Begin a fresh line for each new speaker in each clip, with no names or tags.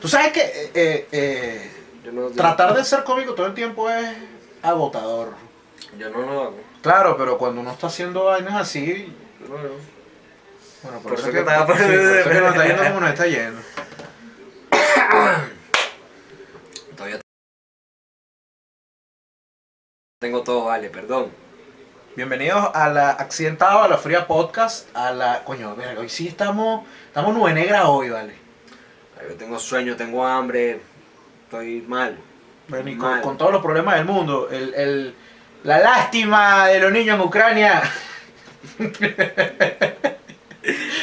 Tú sabes que eh, eh, eh,
Yo no, yo
tratar
no-
de ser cómico todo el tiempo es agotador.
Yo no lo hago.
Claro, pero cuando uno está haciendo vainas así,
Yo no lo hago.
bueno,
Por eso que
sí,
estaba-
por eso que nos está yendo como nos está yendo.
Todavía tengo todo, vale, perdón.
Bienvenidos a la accidentada a la fría podcast, a la coño, verga, hoy sí estamos estamos nube negra hoy, vale.
Yo tengo sueño, tengo hambre, estoy mal.
Bueno, y con,
Mal.
con todos los problemas del mundo, el, el- la lástima de los niños en Ucrania.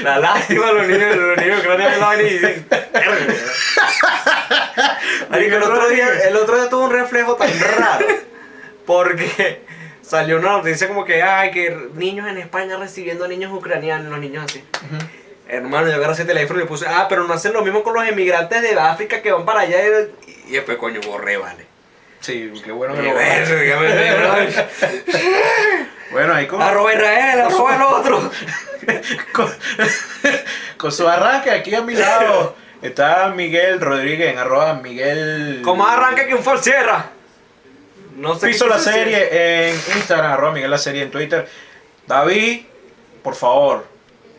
La lástima de los niños, los niños que no tienen la vaina y dicen, "Verga". Marico, el otro, día, el otro día tuvo un reflejo tan raro. Porque salió una noticia como que, ay, que niños en España recibiendo niños ucranianos, los niños así. Hermano, yo agarré ese teléfono y le puse, ah, pero no hacen lo mismo con los emigrantes de África que van para allá. Y, y después, coño, borré, vale.
Sí, qué bueno que
Y
lo
verga, me- me-
Bueno, ahí con,
me- Arroba Israel, arroba el otro.
con, con su arranque aquí a mi lado está Miguel Rodríguez en arroba Miguel.
Como arranca que un Ford Sierra. No sé.
Piso
qué
la
Ford Sierra.
serie en Instagram, arroba Miguel la serie en Twitter. David, por favor,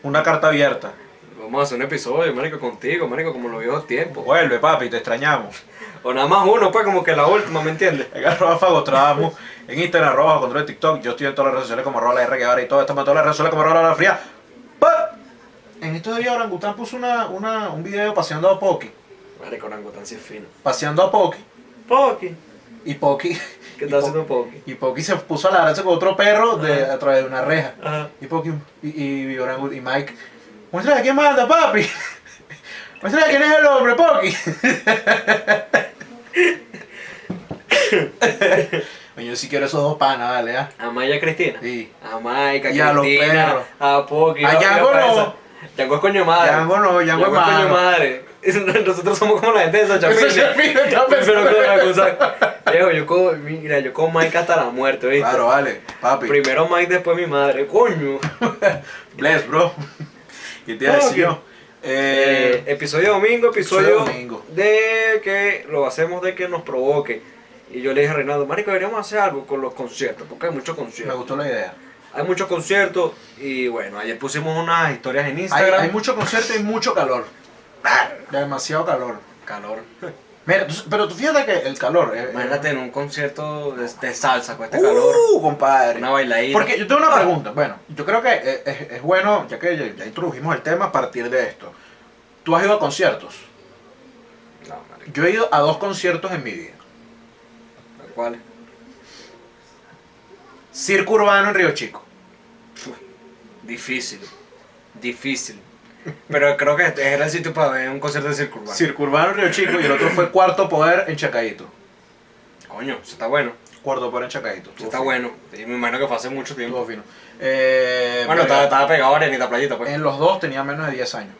una carta abierta.
Vamos a hacer un episodio, marico, contigo, marico, como los viejos tiempos.
Pues Vuelve, papi, te extrañamos.
O nada más uno, pues, como que la última, ¿me entiendes?
En arroba Fagostradamus, en Instagram, arroba control de TikTok. Yo estoy en todas las redes sociales como arroba la R Guevara y todo. Estamos en todas las redes sociales como arroba la fría. ¡Pap! En estos días Orangután puso una, una, un video paseando a Poki.
Marico, orangután sí es fino.
Paseando a Poki.
Poki.
Y Poki. y
¿Qué está
Po-
haciendo Poki?
Y Poki se puso a ladrarse con otro perro de,
Ajá.
a través de una reja.
Ajá.
Y Poki y, y, y Orangu- y Mike. Muéstrale quién manda, papi. Muéstrale quién es el hombre, Poki. Oye, yo sí quiero esos dos panas, vale, ¿ah?
A Maya Cristina.
Sí.
A Maica,
Y a los
Cristina.
perros.
A, Poki.
A
¿no? Y
Yango
para
no.
esa- Yango es coño de madre.
Yango no, Yango es
coño de
mano.
madre. Nosotros somos como la gente de San
Eso ya
Chapín.
vino, estaba
Pero
pensando.
que la cosa. Viejo, yo con, mira, yo con Mike hasta la muerte, ¿viste?
Claro, vale, papi.
Primero Mike, después mi madre. Coño.
Bless, bro. ¿Qué te iba a decir yo?
Ok. Eh,
Eh,
episodio domingo, episodio
episodio domingo.
de que lo hacemos de que nos provoque. Y yo le dije a Reinaldo, Marico, deberíamos hacer algo con los conciertos, porque hay muchos
me
conciertos.
gustó la idea.
Hay muchos conciertos y bueno, ayer pusimos unas historias en
Hay,
Instagram. Ah.
hay mucho concierto y mucho calor. Demasiado calor.
calor.
Mira, tú- pero tú fíjate que el calor. eh, eh,
Imagínate en un concierto de, de salsa con este
uh,
calor.
compadre.
Una bailadita. Ah.
Porque yo tengo una pregunta. Bueno, yo creo que eh, es, es bueno, ya que ya, ya introdujimos el tema a partir de esto. Tú has ido a conciertos.
No, marico,
Yo he ido a dos conciertos en mi vida.
tal cual.
Circo Urbano en Río Chico.
Difícil. Difícil. Pero creo que este era el sitio para ver un concierto de circo urbano.
Circo Urbano en Río Chico y el otro fue Cuarto Poder en Chacaito.
Coño, eso está bueno.
Cuarto Poder en Chacaito. Estuvo
Eso está
fino,
bueno. Y me imagino que fue hace mucho tiempo.
Estuvo fino. Eh,
Bueno,
verga,
estaba, estaba pegado a Arenita Playita, pues.
En los dos tenía menos de 10 años.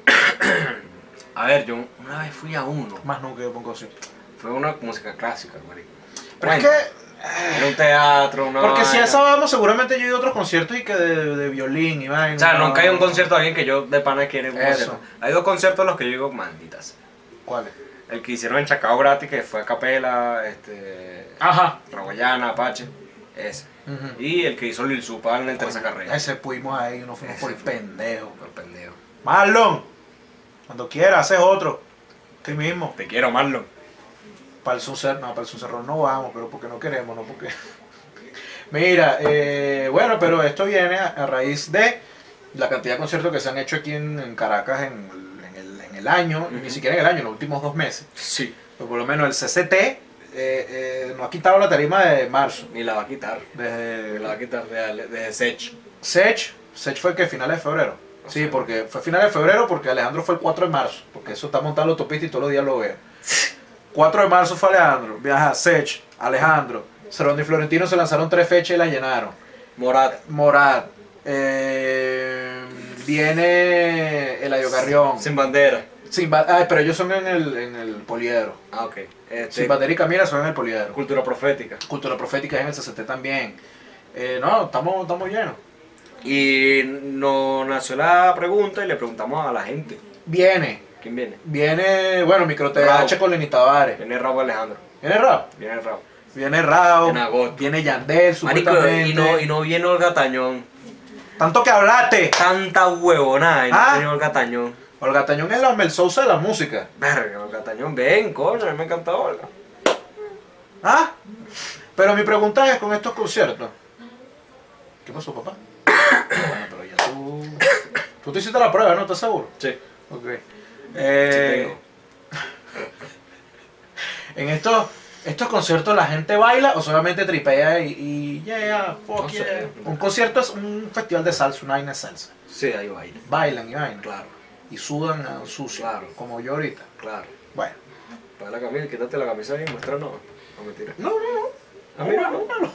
A ver, yo una vez fui a uno.
Más nunca yo a un concierto.
Fue una música clásica, marico.
Pero es
Bueno,
que.
Era un teatro, una.
Porque si a
vaina.
esa vamos, seguramente yo he ido a otros conciertos y que de, de violín y vaina.
O sea, nunca hay un concierto de alguien que yo de pana quiere un
Eso.
concierto. Hay dos conciertos en los que yo digo, manditas.
¿Cuál es?
El que hicieron en Chacao gratis, que fue a Capela, este.
Ajá.
Raguayana, Apache. Ese.
Ujú.
Y el que hizo Lil Supa en el tercer carrera.
Ese fuimos ahí, nos fuimos
Ese
por el
fue.
pendejo.
Por pendejo.
Marlon, cuando quieras, haces otro. Tú mismo.
Te quiero, Marlon.
Para el Suncer, no, para el Suncerro no vamos, pero porque no queremos, no porque. Mira, eh, bueno, pero esto viene a, a raíz de la cantidad de conciertos que se han hecho aquí en, en Caracas en, el- en el, en el año, y ni
Ujú.
siquiera en el año, en los últimos dos meses.
Sí.
Pero por lo menos el CCT eh, eh, nos ha quitado la tarima de marzo.
Ni la va a quitar.
Desde
Ni la va a quitar de, de Sech.
Sech, Sech fue que finales de febrero. Sí, porque fue finales de febrero porque Alejandro fue el 4 de marzo, porque eso está montado en la autopista y todos los días lo veo. 4 de marzo fue Alejandro, viaja Sech, Alejandro, Cerón y Florentino se lanzaron tres fechas y la llenaron.
Morat.
Morat, eh, viene Eladio Carrión,
Sin bandera.
Sin ba- ah, pero ellos son en el, en el poliedro.
Ah, ok. Este,
Sin Bandera y Camila son en el poliedro.
cultura profética.
Cultura Profética es en el CCT también. Eh, no, estamos, estamos llenos.
Y nos nació la pregunta y le preguntamos a la gente.
Viene.
¿Quién viene?
Viene, bueno, MicroTH
Bravo.
con Lenny Tavares.
Viene Raúl Alejandro.
Viene Rao.
Viene Raúl.
Viene Rao.
En agosto.
Viene Yandel,
Marico,
supuestamente.
y no, y no viene Olga Tañón.
Tanto que hablaste.
Tanta huevonada y no
Ah.
viene Olga Tañón.
Olga Tañón es la Mel Sousa de la música.
Verga, Olga Tañón, ven, coño, a mí me encanta Olga.
¿Ah? Pero mi pregunta es con estos conciertos. ¿Qué pasó, papá? bueno, pero ya tú... Tú te hiciste la prueba, ¿no? ¿Estás seguro?
Sí.
Ok. Eh,
tengo.
en estos, estos conciertos la gente baila o solamente tripea y, y yeah, fuck
No sé.
yeah. Un concierto es un festival de salsa, una vaina de salsa.
Sí, ahí baila.
Bailan y bailan.
Claro,
Y sudan a un sucio,
Claro.
como yo ahorita.
claro.
Bueno.
Para la camisa, quítate la camisa y muéstranos. No, mentira. Ah,
No, no, no.
A mí no, no, no.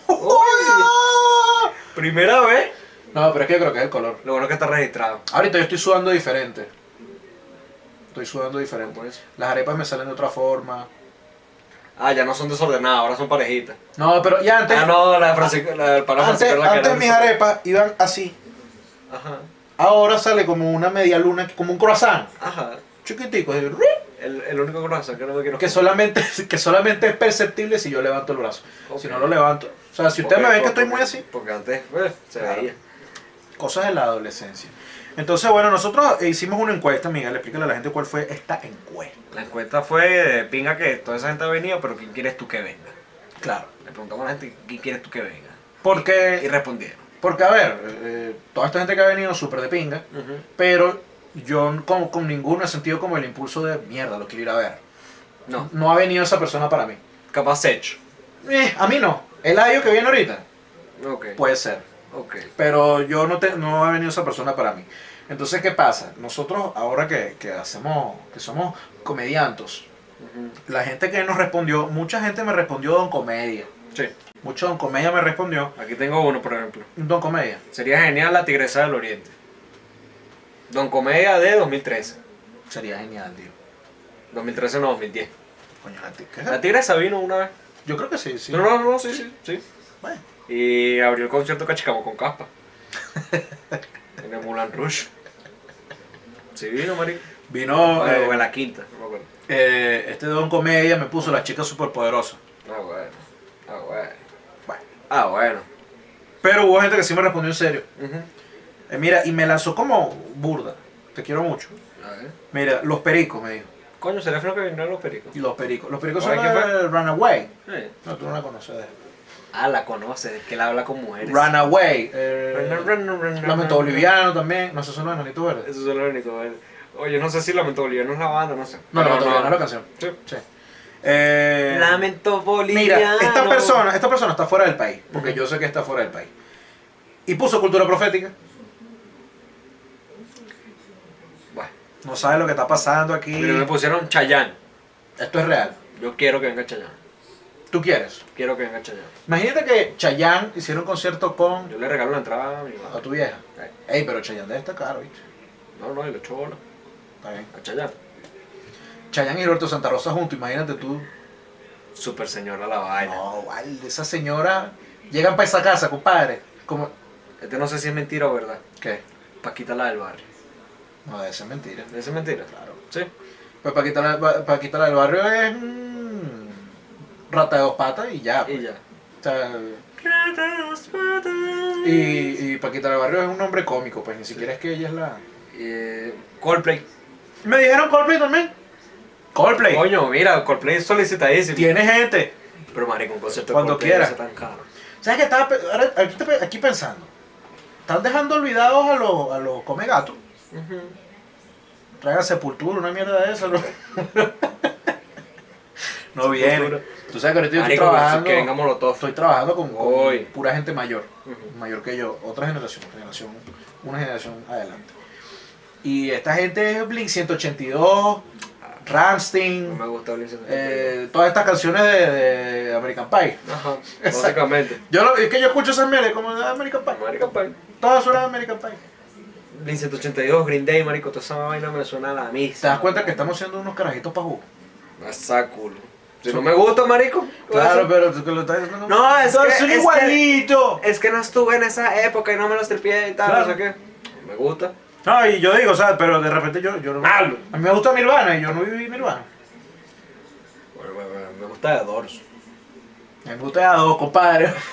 ¡Uy!
Primera vez.
No, pero es que yo creo que es el color.
Lo bueno que está registrado.
Ahorita yo estoy sudando diferente. Estoy sudando diferente.
Por eso.
Las arepas me salen de otra forma.
Ah, ya no son desordenadas, ahora son parejitas.
No, pero ya antes.
Ah, no, la de Francisco, la del palo
antes
Francisco era la que
antes
era
mis
desordenada.
arepas iban así.
Ajá,
Ahora sale como una media luna, como un croissant.
ajá.
Chiquitico, así,
El, el único corazón que no me quiero.
que solamente, que solamente es perceptible si yo levanto el brazo. Si
Ok.
no lo levanto. O sea, si ustedes me ven
Porque-
que estoy
porque-
muy así,
Porque antes, pues, se
Claro.
veía.
cosas de la adolescencia. Entonces, bueno, nosotros hicimos una encuesta, Miguel. Explícale a la gente cuál fue esta encuesta.
La encuesta fue de pinga que toda esa gente ha venido, pero ¿quién quieres tú que venga?
Claro.
Le preguntamos a la gente, ¿quién quieres tú que venga? Y
Porque,
respondieron.
porque a ver, eh, toda esta gente que ha venido súper de pinga, pero yo con, con ninguno he sentido como el impulso de mierda, lo quiero ir a ver.
No,
No ha venido esa persona para mí.
capaz hecho.
Eh, a mí no. El ayo que viene ahorita,
Ok.
puede ser.
Ok.
Pero yo no, te- no ha venido esa persona para mí. Entonces, ¿qué pasa? Nosotros ahora que, que hacemos, que somos comediantes, la gente que nos respondió, mucha gente me respondió Don Comedia.
Sí.
Mucho Don Comedia me respondió.
Aquí tengo uno, por ejemplo.
Don Comedia.
Sería genial la Tigresa del Oriente. Don Comedia de 2013.
Sería genial, tío.
2013 no, 2010.
Coño, la ti- ¿qué?
La Tigresa vino una vez.
Yo creo que sí, sí.
No, no, no, sí, sí, sí.
Bueno,
Y abrió el concierto Cachicamo con Caspa. en el Moulin Rouge. Sí vino, marico.
Vino eh,
o en la quinta, no me acuerdo.
eh, este Don Comedia, me puso la chica superpoderosa.
Ah, bueno. Ah, bueno.
Bueno.
Ah, bueno.
Pero hubo gente que sí me respondió en serio.
Ujú.
Eh, mira, y me lanzó como burda. Te quiero mucho.
A ver.
Mira, los pericos, me dijo.
Coño, sería fino que vinieran los pericos.
Y los pericos. Los pericos son
Ahora, ¿quién fue?
el Runaway.
Eh.
No, tú no la conoces. de él.
Ah, la conoce, es que la habla con mujeres.
Runaway. eh,
Run, run, run, run,
Lamento
run, run.
Boliviano también. No sé, son los enanitos verdes.
Eso es lo único. ¿vale? Oye, no sé si Lamento Boliviano es la banda, no sé.
No,
Pero
Lamento Boliviano es la canción.
Sí.
Sí. Eh,
Lamento Boliviano.
mira, esta persona, esta persona está fuera del país. Porque yo sé que está fuera del país. Y puso cultura profética.
Bueno,
No sabe lo que está pasando aquí.
mira, me pusieron Chayán.
Esto es real.
Yo quiero que venga Chayán.
Tú quieres.
Quiero que venga Chayán.
Imagínate que Chayanne hiciera un concierto con
Yo le regalo la entrada a mi
a
mamá.
tu vieja.
Ay,
Ey, pero Chayanne debe estar caro, ¿viste?
No, no, y le echo bola
Está bien.
a Chayán.
Chayanne y Roberto Santa Rosa juntos, imagínate tú.
Super señora la vaina.
No, vale, esa señora. Llegan para esa casa, compadre. Como...
Este no sé si es mentira o verdad.
¿Qué?
Paquita la del barrio.
No, debe ser mentira.
¿Esa es mentira?
Claro.
Sí.
Pues para quitarla, para quitarla del barrio es. mm, rata de dos patas y ya. pues.
Y ya.
O sea,
Y...
y, y Paquita del Barrio es un nombre cómico, pues ni siquiera es que ella es la.
eh, Coldplay.
Me dijeron Coldplay también. Coldplay.
Coño, mira, Coldplay es solicitadísimo.
Tiene gente.
Pero marico, un concierto
Cuando
de Coldplay
quiera.
no sea tan caro.
¿Sabes qué? Estaba pe- ahora- aquí, te- aquí pensando. Están dejando olvidados a los, a los come gatos. Traigan sepultura, una mierda de esa. No, no viene. Tú sabes que ahorita yo estoy
Marico, pues,
trabajando.
que venga Molotov.
Estoy trabajando con, con
Hoy.
pura gente mayor.
Ujú.
Mayor que yo. Otra generación. generación una generación adelante. Y esta gente es Blink 182,
No
Ramstein,
me gusta Blink 182.
eh, todas estas canciones de, de American Pie.
Ajá, básicamente.
Yo lo- es que yo escucho esas mierdas como de American Pie.
Marico, pa-
Todas suenan American Pie.
Blink 182, Green Day, marico, toda esa vaina me suena a la
¿Te
misa.
das cuenta que estamos siendo unos carajitos para jugar?
Masáculo. Si no me gusta, marico. ¿qué voy a hacer?
pero tú que lo estás diciendo.
No, es
Todos
que-
son
es que-
igualitos.
Es que no estuve en esa época y no me los tripié y tal,
Claro.
no sé qué. No me gusta.
No, y yo digo, ¿sabes? Pero de repente yo, yo no. A
Malo.
mí me gusta Nirvana y yo no viví Nirvana.
Bueno, bueno, bueno, me gusta The Doors.
Me gusta a dos, compadre.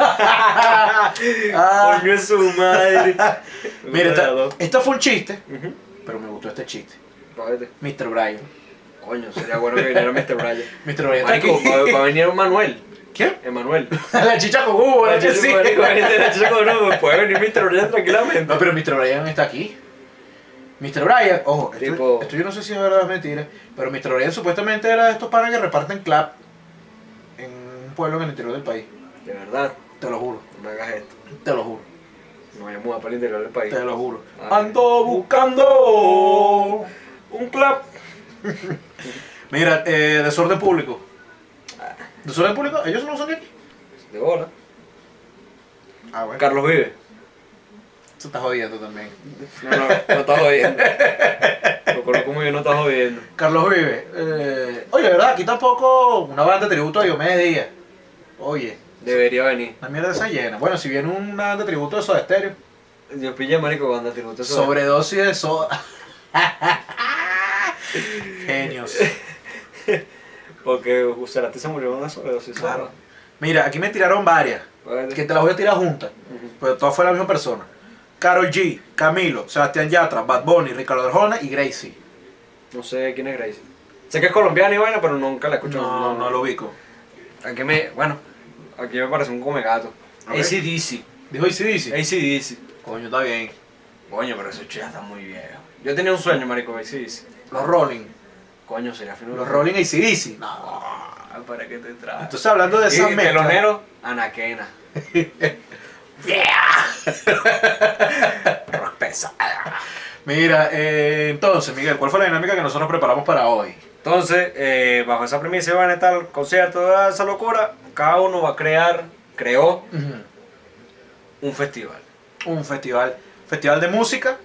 Ah.
Coño es su madre.
Mira,
Me gusta The
esta,
Doors.
esta fue un chiste,
Ujú.
pero me gustó este chiste.
Róbate.
Mr. Brian.
Coño, sería bueno que viniera Mr. Bryan.
Mr. Brian está
Marico,
aquí.
va, va a venir Manuel.
¿Quién?
Emanuel.
La chicha con Hugo, la chicha sí.
Marico, este era chico, no, puede venir Mr. Bryan tranquilamente.
No, pero Mr. Brian está aquí. Mr. Brian, ojo, esto,
Tipo-
esto yo no sé si es verdad o es mentira, pero Mr. Brian supuestamente era de estos panas que reparten clap en un pueblo en el interior del país.
De verdad,
Te lo juro,
no me hagas esto.
te lo juro,
Nos vayamos a para el interior del país.
te lo juro.
Ah.
Ando buscando.
Un clap.
Mira, eh, desorden público. ¿Desorden público? ¿Ellos no son de aquí?
De bola.
Ah, bueno.
Carlos vive.
Tú estás jodiendo también.
No, no, no estás jodiendo. Lo conozco muy bien, no estás jodiendo.
Carlos Vive. eh, oye, ¿verdad? Aquí tampoco una banda de tributo a Diomedes Díaz. Oye,
Debería venir.
la mierda esa llena. Bueno, si viene una banda de tributo de Soda Stereo.
Yo pillé marico cuando tributo eso.
Sobredosis de soda. Genios.
Porque Cerati se murió de una sobredosis.
Claro. Mira, aquí me tiraron varias. Que te las voy a tirar juntas. Pero todas fue la misma persona. Carol G, Camilo, Sebastián Yatra, Bad Bunny, Ricardo Arjona y Gracie.
No sé quién es Gracie. Sé que es colombiana y vaina, pero nunca la escucho.
No, no lo ubico.
Aquí me, bueno, aquí me parece un come gato.
A ver.
ACDC.
Dijo ACDC.
ACDC.
Coño, está bien.
Coño, pero ese chico ya está muy viejo. Yo tenía un sueño, marico, ACDC.
Los Rolling.
Coño, sería fino.
Los Rolling ACDC. No.
Ah, ¿Para qué te traes?
Entonces, hablando de
Y
esa mezcla-
telonero, Anaquena. Rock pesada.
Mira, eh, entonces, Miguel, ¿cuál fue la dinámica que nosotros preparamos para hoy?
Entonces, eh, bajo esa premisa van a estar el concierto, toda esa locura. Cada uno va a crear, creó un festival
Un festival. Festival de música,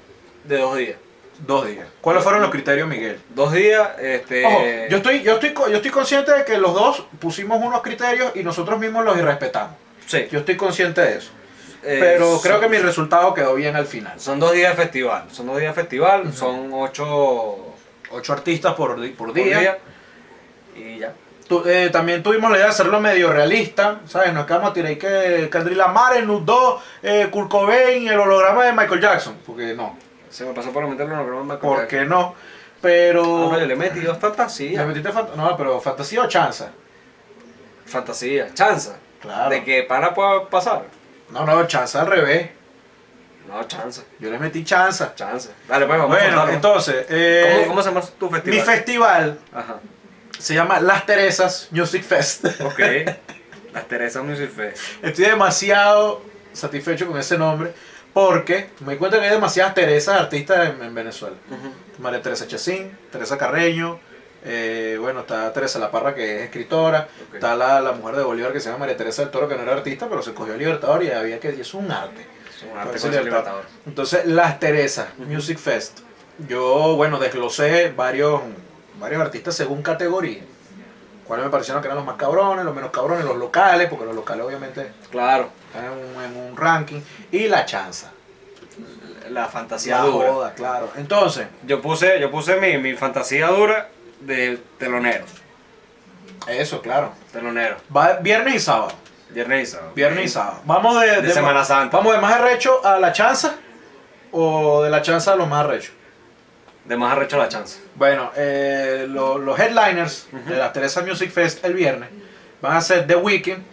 de dos días.
dos días. ¿Cuáles fueron los criterios, Miguel? Eh,
Dos días, este.
Ojo, yo estoy, yo estoy, co- yo estoy consciente de que los dos pusimos unos criterios y nosotros mismos los irrespetamos.
sí,
Yo estoy consciente de eso.
eh,
Pero creo
son-
que mi resultado quedó bien al final.
Son dos días de festival. Son dos días de festival, son ocho
Ocho artistas por, di- por
por
día.
día. Y ya.
Tu- eh, también tuvimos la idea de hacerlo medio realista, ¿sabes? Nos quedamos a tirar ahí que Kendrick Lamar, el Nude 2, eh, Kurt Cobain, el holograma de Michael Jackson. Porque no,
Se me pasó por meterlo en el programa.
porque no. Pero.
no, yo le metí dos fantasías.
¿Le metiste fant- no, pero fantasía o chanza.
fantasía, chanza.
Claro.
De que pana pueda pasar.
No, no, chanza al revés.
No, chanza,
Yo le metí chanza.
chanza. Dale, pues vamos a
Bueno,
contarlo.
entonces, eh,
¿Cómo, cómo se llama tu festival?
mi festival
Ajá.
se llama Las Teresas Music Fest.
Ok. Las Teresa Music Fest.
Estoy demasiado satisfecho con ese nombre porque me di cuenta que hay demasiadas Teresas artistas en- en Venezuela. María Teresa Chacín, Teresa Carreño, eh, bueno, está Teresa La Parra que es escritora,
Ok.
está la, la mujer de Bolívar que se llama María Teresa del Toro que no era artista, pero se cogió el Libertador y había que, y es un arte.
Es un arte
Entonces,
con el libertador.
Entonces, Las Teresas, Music Fest. Yo, bueno, desglosé varios, varios artistas según categoría. ¿Cuáles me parecieron que eran los más cabrones, los menos cabrones, los locales, porque los locales obviamente
Claro.
están en un, en un ranking, y la chanza.
La fantasía
La
dura.
joda, claro. Entonces,
Yo puse, yo puse mi, mi fantasía dura de telonero.
eso, claro.
Telonero.
Va viernes y sábado.
Viernes y sábado.
Viernes y sábado. Vamos de,
De Semana Santa.
Vamos de más arrecho a la chanza o de la chanza a los más arrechos.
De más arrecho la chanza.
Bueno, eh, lo- los headliners de la Teresa Music Fest el viernes van a ser The Weeknd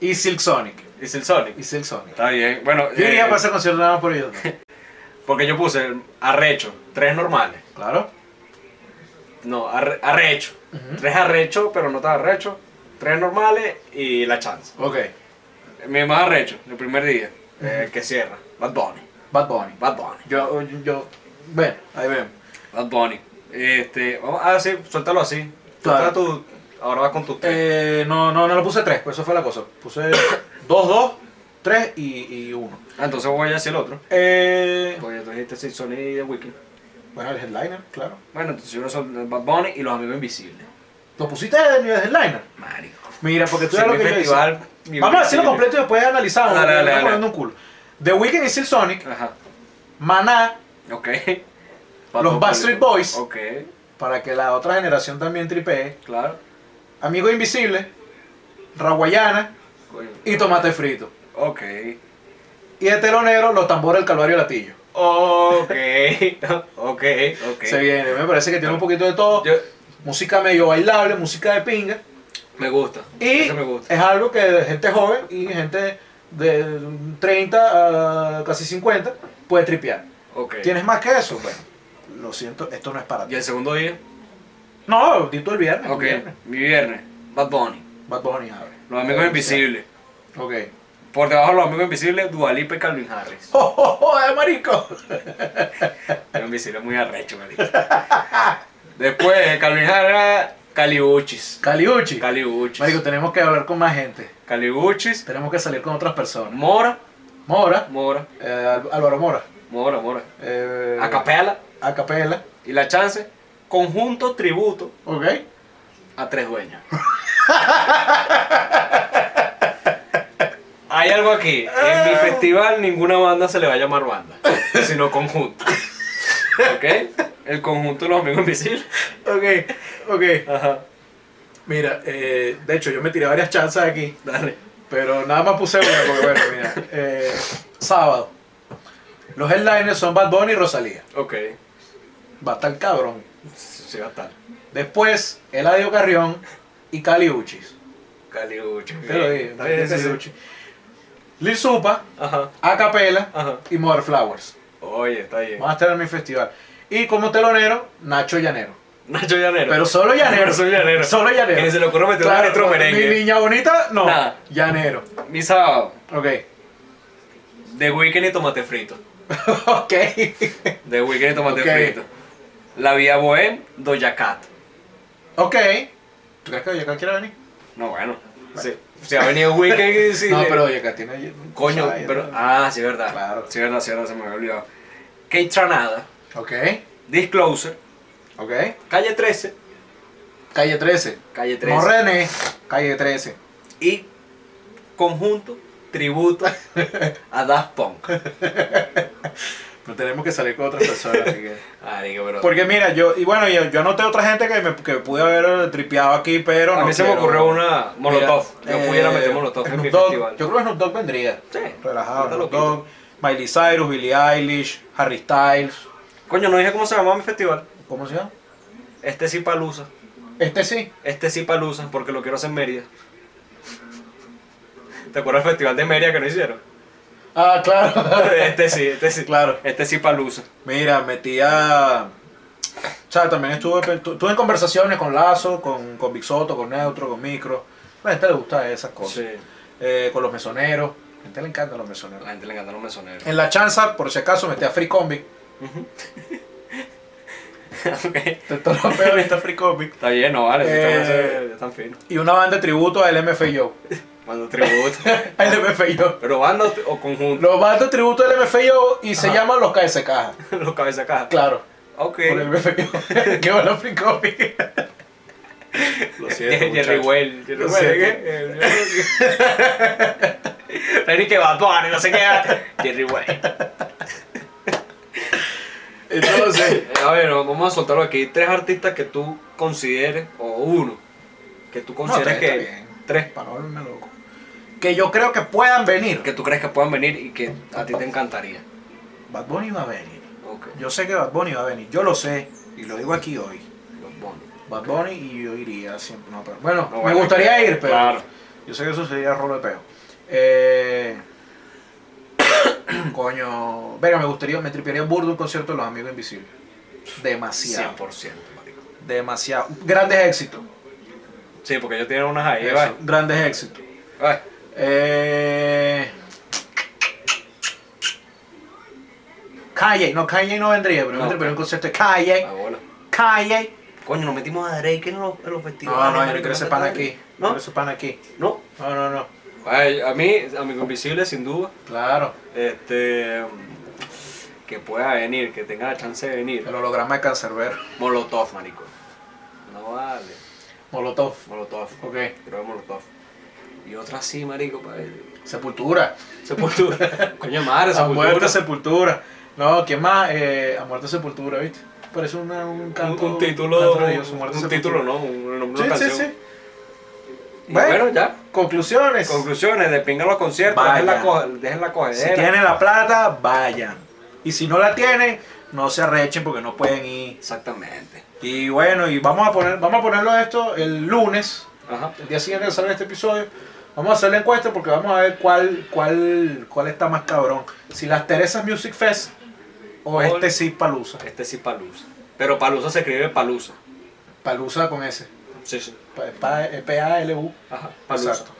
y Silk Sonic.
Y el Sonic.
Y Silk Sonic.
Está bien. Bueno,
Yo
eh,
iría para ese concierto nada más por ellos. dos.
porque yo puse arrecho, tres normales.
Claro.
No, arre- arrecho.
Ujú.
Tres arrecho, pero no tan arrecho. Tres normales y la chanza.
Ok.
Mi más arrecho, el primer día. El que cierra. Bad Bunny.
Bad Bunny.
Bad Bunny.
Yo, yo, yo- bueno, ahí vemos.
Bad Bunny. Este, vamos a decir, suéltalo así.
Claro.
Suelta tu, ahora vas con tus tres.
Eh, no, no, no lo puse tres, pues eso fue la cosa. Puse dos, dos, tres y, y uno.
Ah, entonces voy a decir el otro.
Eh,
Porque ya tú dijiste Six este Sony y The Weeknd.
bueno, el headliner, claro.
Bueno, entonces yo son Bad Bunny y los amigos invisibles.
¿Lo pusiste en el headliner?
Marico.
Mira, porque tú
Sí,
eres lo
mi
que yo hice.
festival, mi
Vamos a decirlo
invisible.
completo y después analizamos.
Dale,
porque
dale,
me está
dale.
poniendo un culo. The Weeknd y Silk Sonic,
Ajá.
Maná,
Ok.
Los Backstreet Boys.
Ok,
Para que la otra generación también tripee.
claro.
Amigo Invisible, Raguayana
Coño.
y Tomate Frito.
Ok.
Y de telonero, los tambores del Calvario Latillo.
Ok. ok, ok.
Se viene, me parece que tiene un poquito de todo.
Yo,
Música medio bailable, música de pinga.
me gusta.
Y
Eso me gusta.
es algo que gente joven y gente de 30 a casi 50 puede tripear.
Ok.
¿Tienes más que eso? Bueno, lo siento, esto no es para
¿Y
ti.
el segundo día?
No, di tú el viernes. el
Ok.
viernes.
Mi viernes. Bad Bunny.
Bad Bunny abre.
Los amigos invisibles.
Ok.
Por debajo de los amigos invisibles, Dualipa y Calvin Harris.
¡Oh, oh, oh, eh, marico!
Los invisibles muy arrecho, marico. Después, Calvin Harris, Calibuchis.
Caliuchi.
Calibuchis.
Marico, tenemos que hablar con más gente.
Calibuchis.
Tenemos que salir con otras personas.
Mora.
Mora,
Mora.
eh, Al- Álvaro Mora.
Mora, Mora.
eh,
Acapela.
Acapela.
Y la chance, conjunto tributo
Ok.
a tres dueños. Hay algo aquí. En mi festival ninguna banda se le va a llamar banda, sino conjunto. ¿Ok? El conjunto de los amigos invisibles.
Ok, ok.
Ajá.
Mira, eh, de hecho, yo me tiré varias chanzas aquí.
Dale.
Pero nada más puse una porque, bueno, mira. eh, sábado. Los headliners son Bad Bunny y Rosalía.
Ok.
Va a estar cabrón.
Se va a estar.
Después, Eladio Carrión y Cali Uchis.
Caliucho.
Te lo dije, también
Sí, sí, sí.
Cali Uchis. Lil Supa,
Ajá.
Acapela
Ajá.
y Mother Flowers.
Oye, está bien.
Van a estar en mi festival. Y como telonero, Nacho Llanero.
Nacho Llanero.
Pero solo Llanero.
Pero solo Llanero.
Solo Llanero.
Que se le ocurrió meter un electro merengue.
Mi niña bonita, no.
Nada.
Llanero.
Mi sábado.
Ok.
The Weeknd y Tomate Frito.
ok.
The Weeknd y Tomate
Ok.
Frito. La Vía Bohem, Doja Cat.
ok. ¿Tú crees que Oyeca quiere venir?
No, bueno. Se, se ha venido Weekend y sí.
no, pero Oyeca tiene.
Coño,
Ay,
pero.
no.
Ah, sí, verdad.
Claro.
Sí, verdad, sí, verdad, se me había olvidado. Kate Tranada,
Ok.
Disclosure,
Ok.
Calle 13,
Calle 13.
Calle 13.
No René. Calle 13.
Y conjunto, tributo a Daft Punk.
Pero tenemos que salir con otras personas. así que-
Ah, digo, pero.
Porque mira, yo. Y bueno, yo, yo anoté otra gente que, me, que pude haber eh, tripeado aquí, pero
a
no.
mí se me
quiero.
ocurrió una Molotov.
Ah, Mira,
yo pudiera
eh,
meter Molotov en
Snoop
mi
Dogg,
festival.
Yo creo que Snoop Dogg vendría.
Sí,
Relajado.
está
Snoop
loquito.
Dogg, Miley Cyrus, Billie Eilish, Harry Styles.
Coño, no dije cómo se llamaba mi festival.
¿Cómo se llama?
Este sí palusa.
Este sí.
Este sí palusa porque lo quiero hacer en Mérida. ¿Te acuerdas del festival de Mérida que no hicieron?
Ah, claro.
Este sí, este sí.
Claro.
Este sí palusa.
Mira, metía. O sea, también estuve, tu- estuve en conversaciones con Lazo, con, con Big Soto, con Neutro, con Micro. A la gente le gusta esas cosas.
Sí.
Eh, con los mesoneros. A la gente le encantan los mesoneros.
A la gente le encantan los mesoneros.
En la chanza, por si acaso, metí a Free Comic.
Ok.
De todos los peores está Free Comic.
Está bien, no vale.
Eh.
Están, ya están finos.
Y una banda de tributo al MFIO.
Mando tributo.
Al MFIO.
Pero banda o- o conjunto.
Los bandos de tributo del MFIO y se llaman los KS Caja.
Los cabeza acá.
Claro.
Ok.
Por el MFIO. Qué bueno, Free Comic. Lo
Jerry
muchachos.
Well. Jerry
Lo
Well.
siento.
¿qué? Lenny que va a actuar y no sé qué. Jerry Well.
Entonces,
Eh, A ver, vamos a soltarlo aquí. Tres artistas que tú consideres, o uno, que tú
tres
consideres que.
está bien.
Tres.
para no volverme loco. Que yo creo que puedan venir.
Que tú crees que puedan venir y que a ti te encantaría.
Bad Bunny va a venir.
Ok.
Yo sé que Bad Bunny va a venir. Yo lo sé. Y lo digo aquí hoy.
Los bonos.
Bad Bunny y yo iría siempre. No, pero, bueno,
No,
me
bueno,
gustaría ir, pero.
claro.
Yo sé que eso sería rolo de peo. Eh, coño. Verga, me gustaría, me tripearía burdo un concierto de los amigos invisibles. Demasiado.
100%, marico.
Demasiado. Grandes éxitos.
Sí, porque ellos tienen unas ahí.
Eso,
va.
Grandes éxitos.
Va.
Eh, Calle, no, Calle no Ah. vendría, pero
No.
me tripearía un concierto de Calle.
La bola.
Calle.
Coño, nos metimos a Drake en los, en los
No,
festivales.
no, yo
marico,
no quiero ese
me
pan
encanta
aquí.
Drake.
No
¿No?
quiero ese pan aquí.
No.
No, no, no.
Ay, a mí, amigo invisible, sin duda.
Claro.
Este. Que pueda venir, que tenga la chance de venir.
El holograma de Cancerbero.
Molotov, marico. No vale.
Molotov.
Molotov.
Ok.
Creo que Molotov. Y otra sí, marico, para
Sepultura.
Sepultura. Coño madre,
A
sepultura.
muerte sepultura. No, ¿quién más? Eh, a muerte sepultura, ¿viste? Parece una- un
Un,
canto.
un título,
canto de ellos, a muerte
un
sepultura.
título no, un nombre de
Sí,
una
sí,
canción.
sí.
Y bueno,
Bueno,
ya.
Conclusiones.
Conclusiones, de pinga los conciertos,
Vaya.
dejen la, co- dejen la cogedera.
si tienen la plata, vayan. Y si no la tienen, no se arrechen porque no pueden ir.
Exactamente.
Y bueno, y vamos a poner, vamos a ponerlo esto el lunes,
Ajá.
el día siguiente que sale este episodio. Vamos a hacer la encuesta porque vamos a ver cuál, cuál, cuál está más cabrón. Si las Teresas Music Fest o
O el-
este sí Palusa.
Este sí Palusa. Pero Palusa se escribe Palusa.
Palusa con S.
Sí, sí.
Pa- pa- P-A-L-U.
Ajá. Palusa.
Exacto.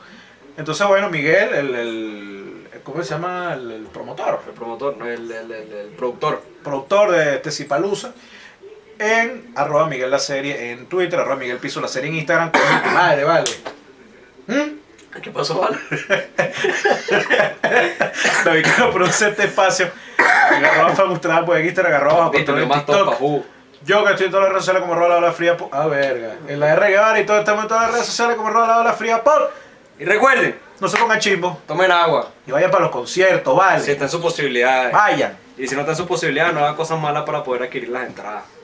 Entonces, bueno, Miguel, el, el- ¿cómo se llama? El, el promotor,
El promotor, no, el, el, el, el productor.
productor de Tesipalusa, en arroba Miguel la serie en Twitter, arroba Miguel Piso la serie en Instagram. coño, tu madre, vale. ¿Mm?
¿Qué pasó, Val?
David que lo produce este espacio. en Arroba Fagustrada, pues en Instagram, arroba Juan
Viste,
Antonio
lo
en
más topa, uh.
TikTok. Yo que estoy en todas las redes sociales como arroba la Ola fría. po- Ah, verga. En la R Guevara y todo estamos en todas las redes sociales como arroba la Ola fría. Pop.
Y recuerden,
No se pongan chimbo.
tomen agua.
Y vayan para los conciertos, vale.
Si está en sus posibilidades.
Vayan.
Y si no está en sus posibilidades, no hagan cosas malas para poder adquirir las entradas.